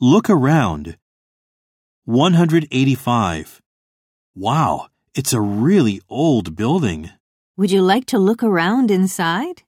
Look around. 185. Wow, it's a really old building. Would you like to look around inside?